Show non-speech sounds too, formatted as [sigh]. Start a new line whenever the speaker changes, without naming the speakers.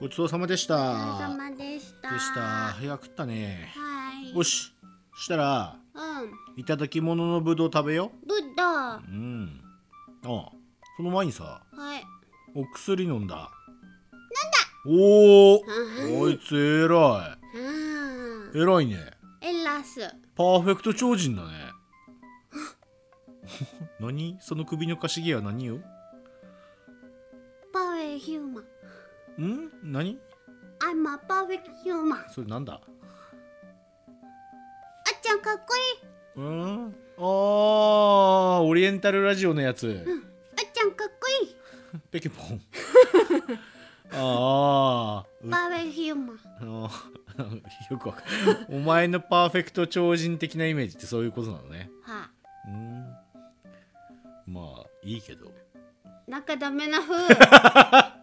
ごちそうさまでし
お疲れ
た
様でした
でした
は
早く食ったね
い
よしそしたら
うん
いただき物のぶどう食べよ
ブッダは
ううんああその前にさ
い
お薬飲んだなんだおお
うん
こいつ偉
うん
い偉いね
エラス
パーフェクト超人だね [laughs] 何その首のかしげは何よ
パーフェヒューマン
ん何
I'm a perfect human あっ
それなんだ
ちゃんかっこいいう
ーんあーオリエンタルラジオのやつ
あっちゃんかっこいい
ペケポン [laughs] あー [laughs] う
パーフェクトヒューマン
あのよくわかるお前のパーフェクト超人的なイメージってそういうことなのね
は
うーんまあいいけど
なんかダメな風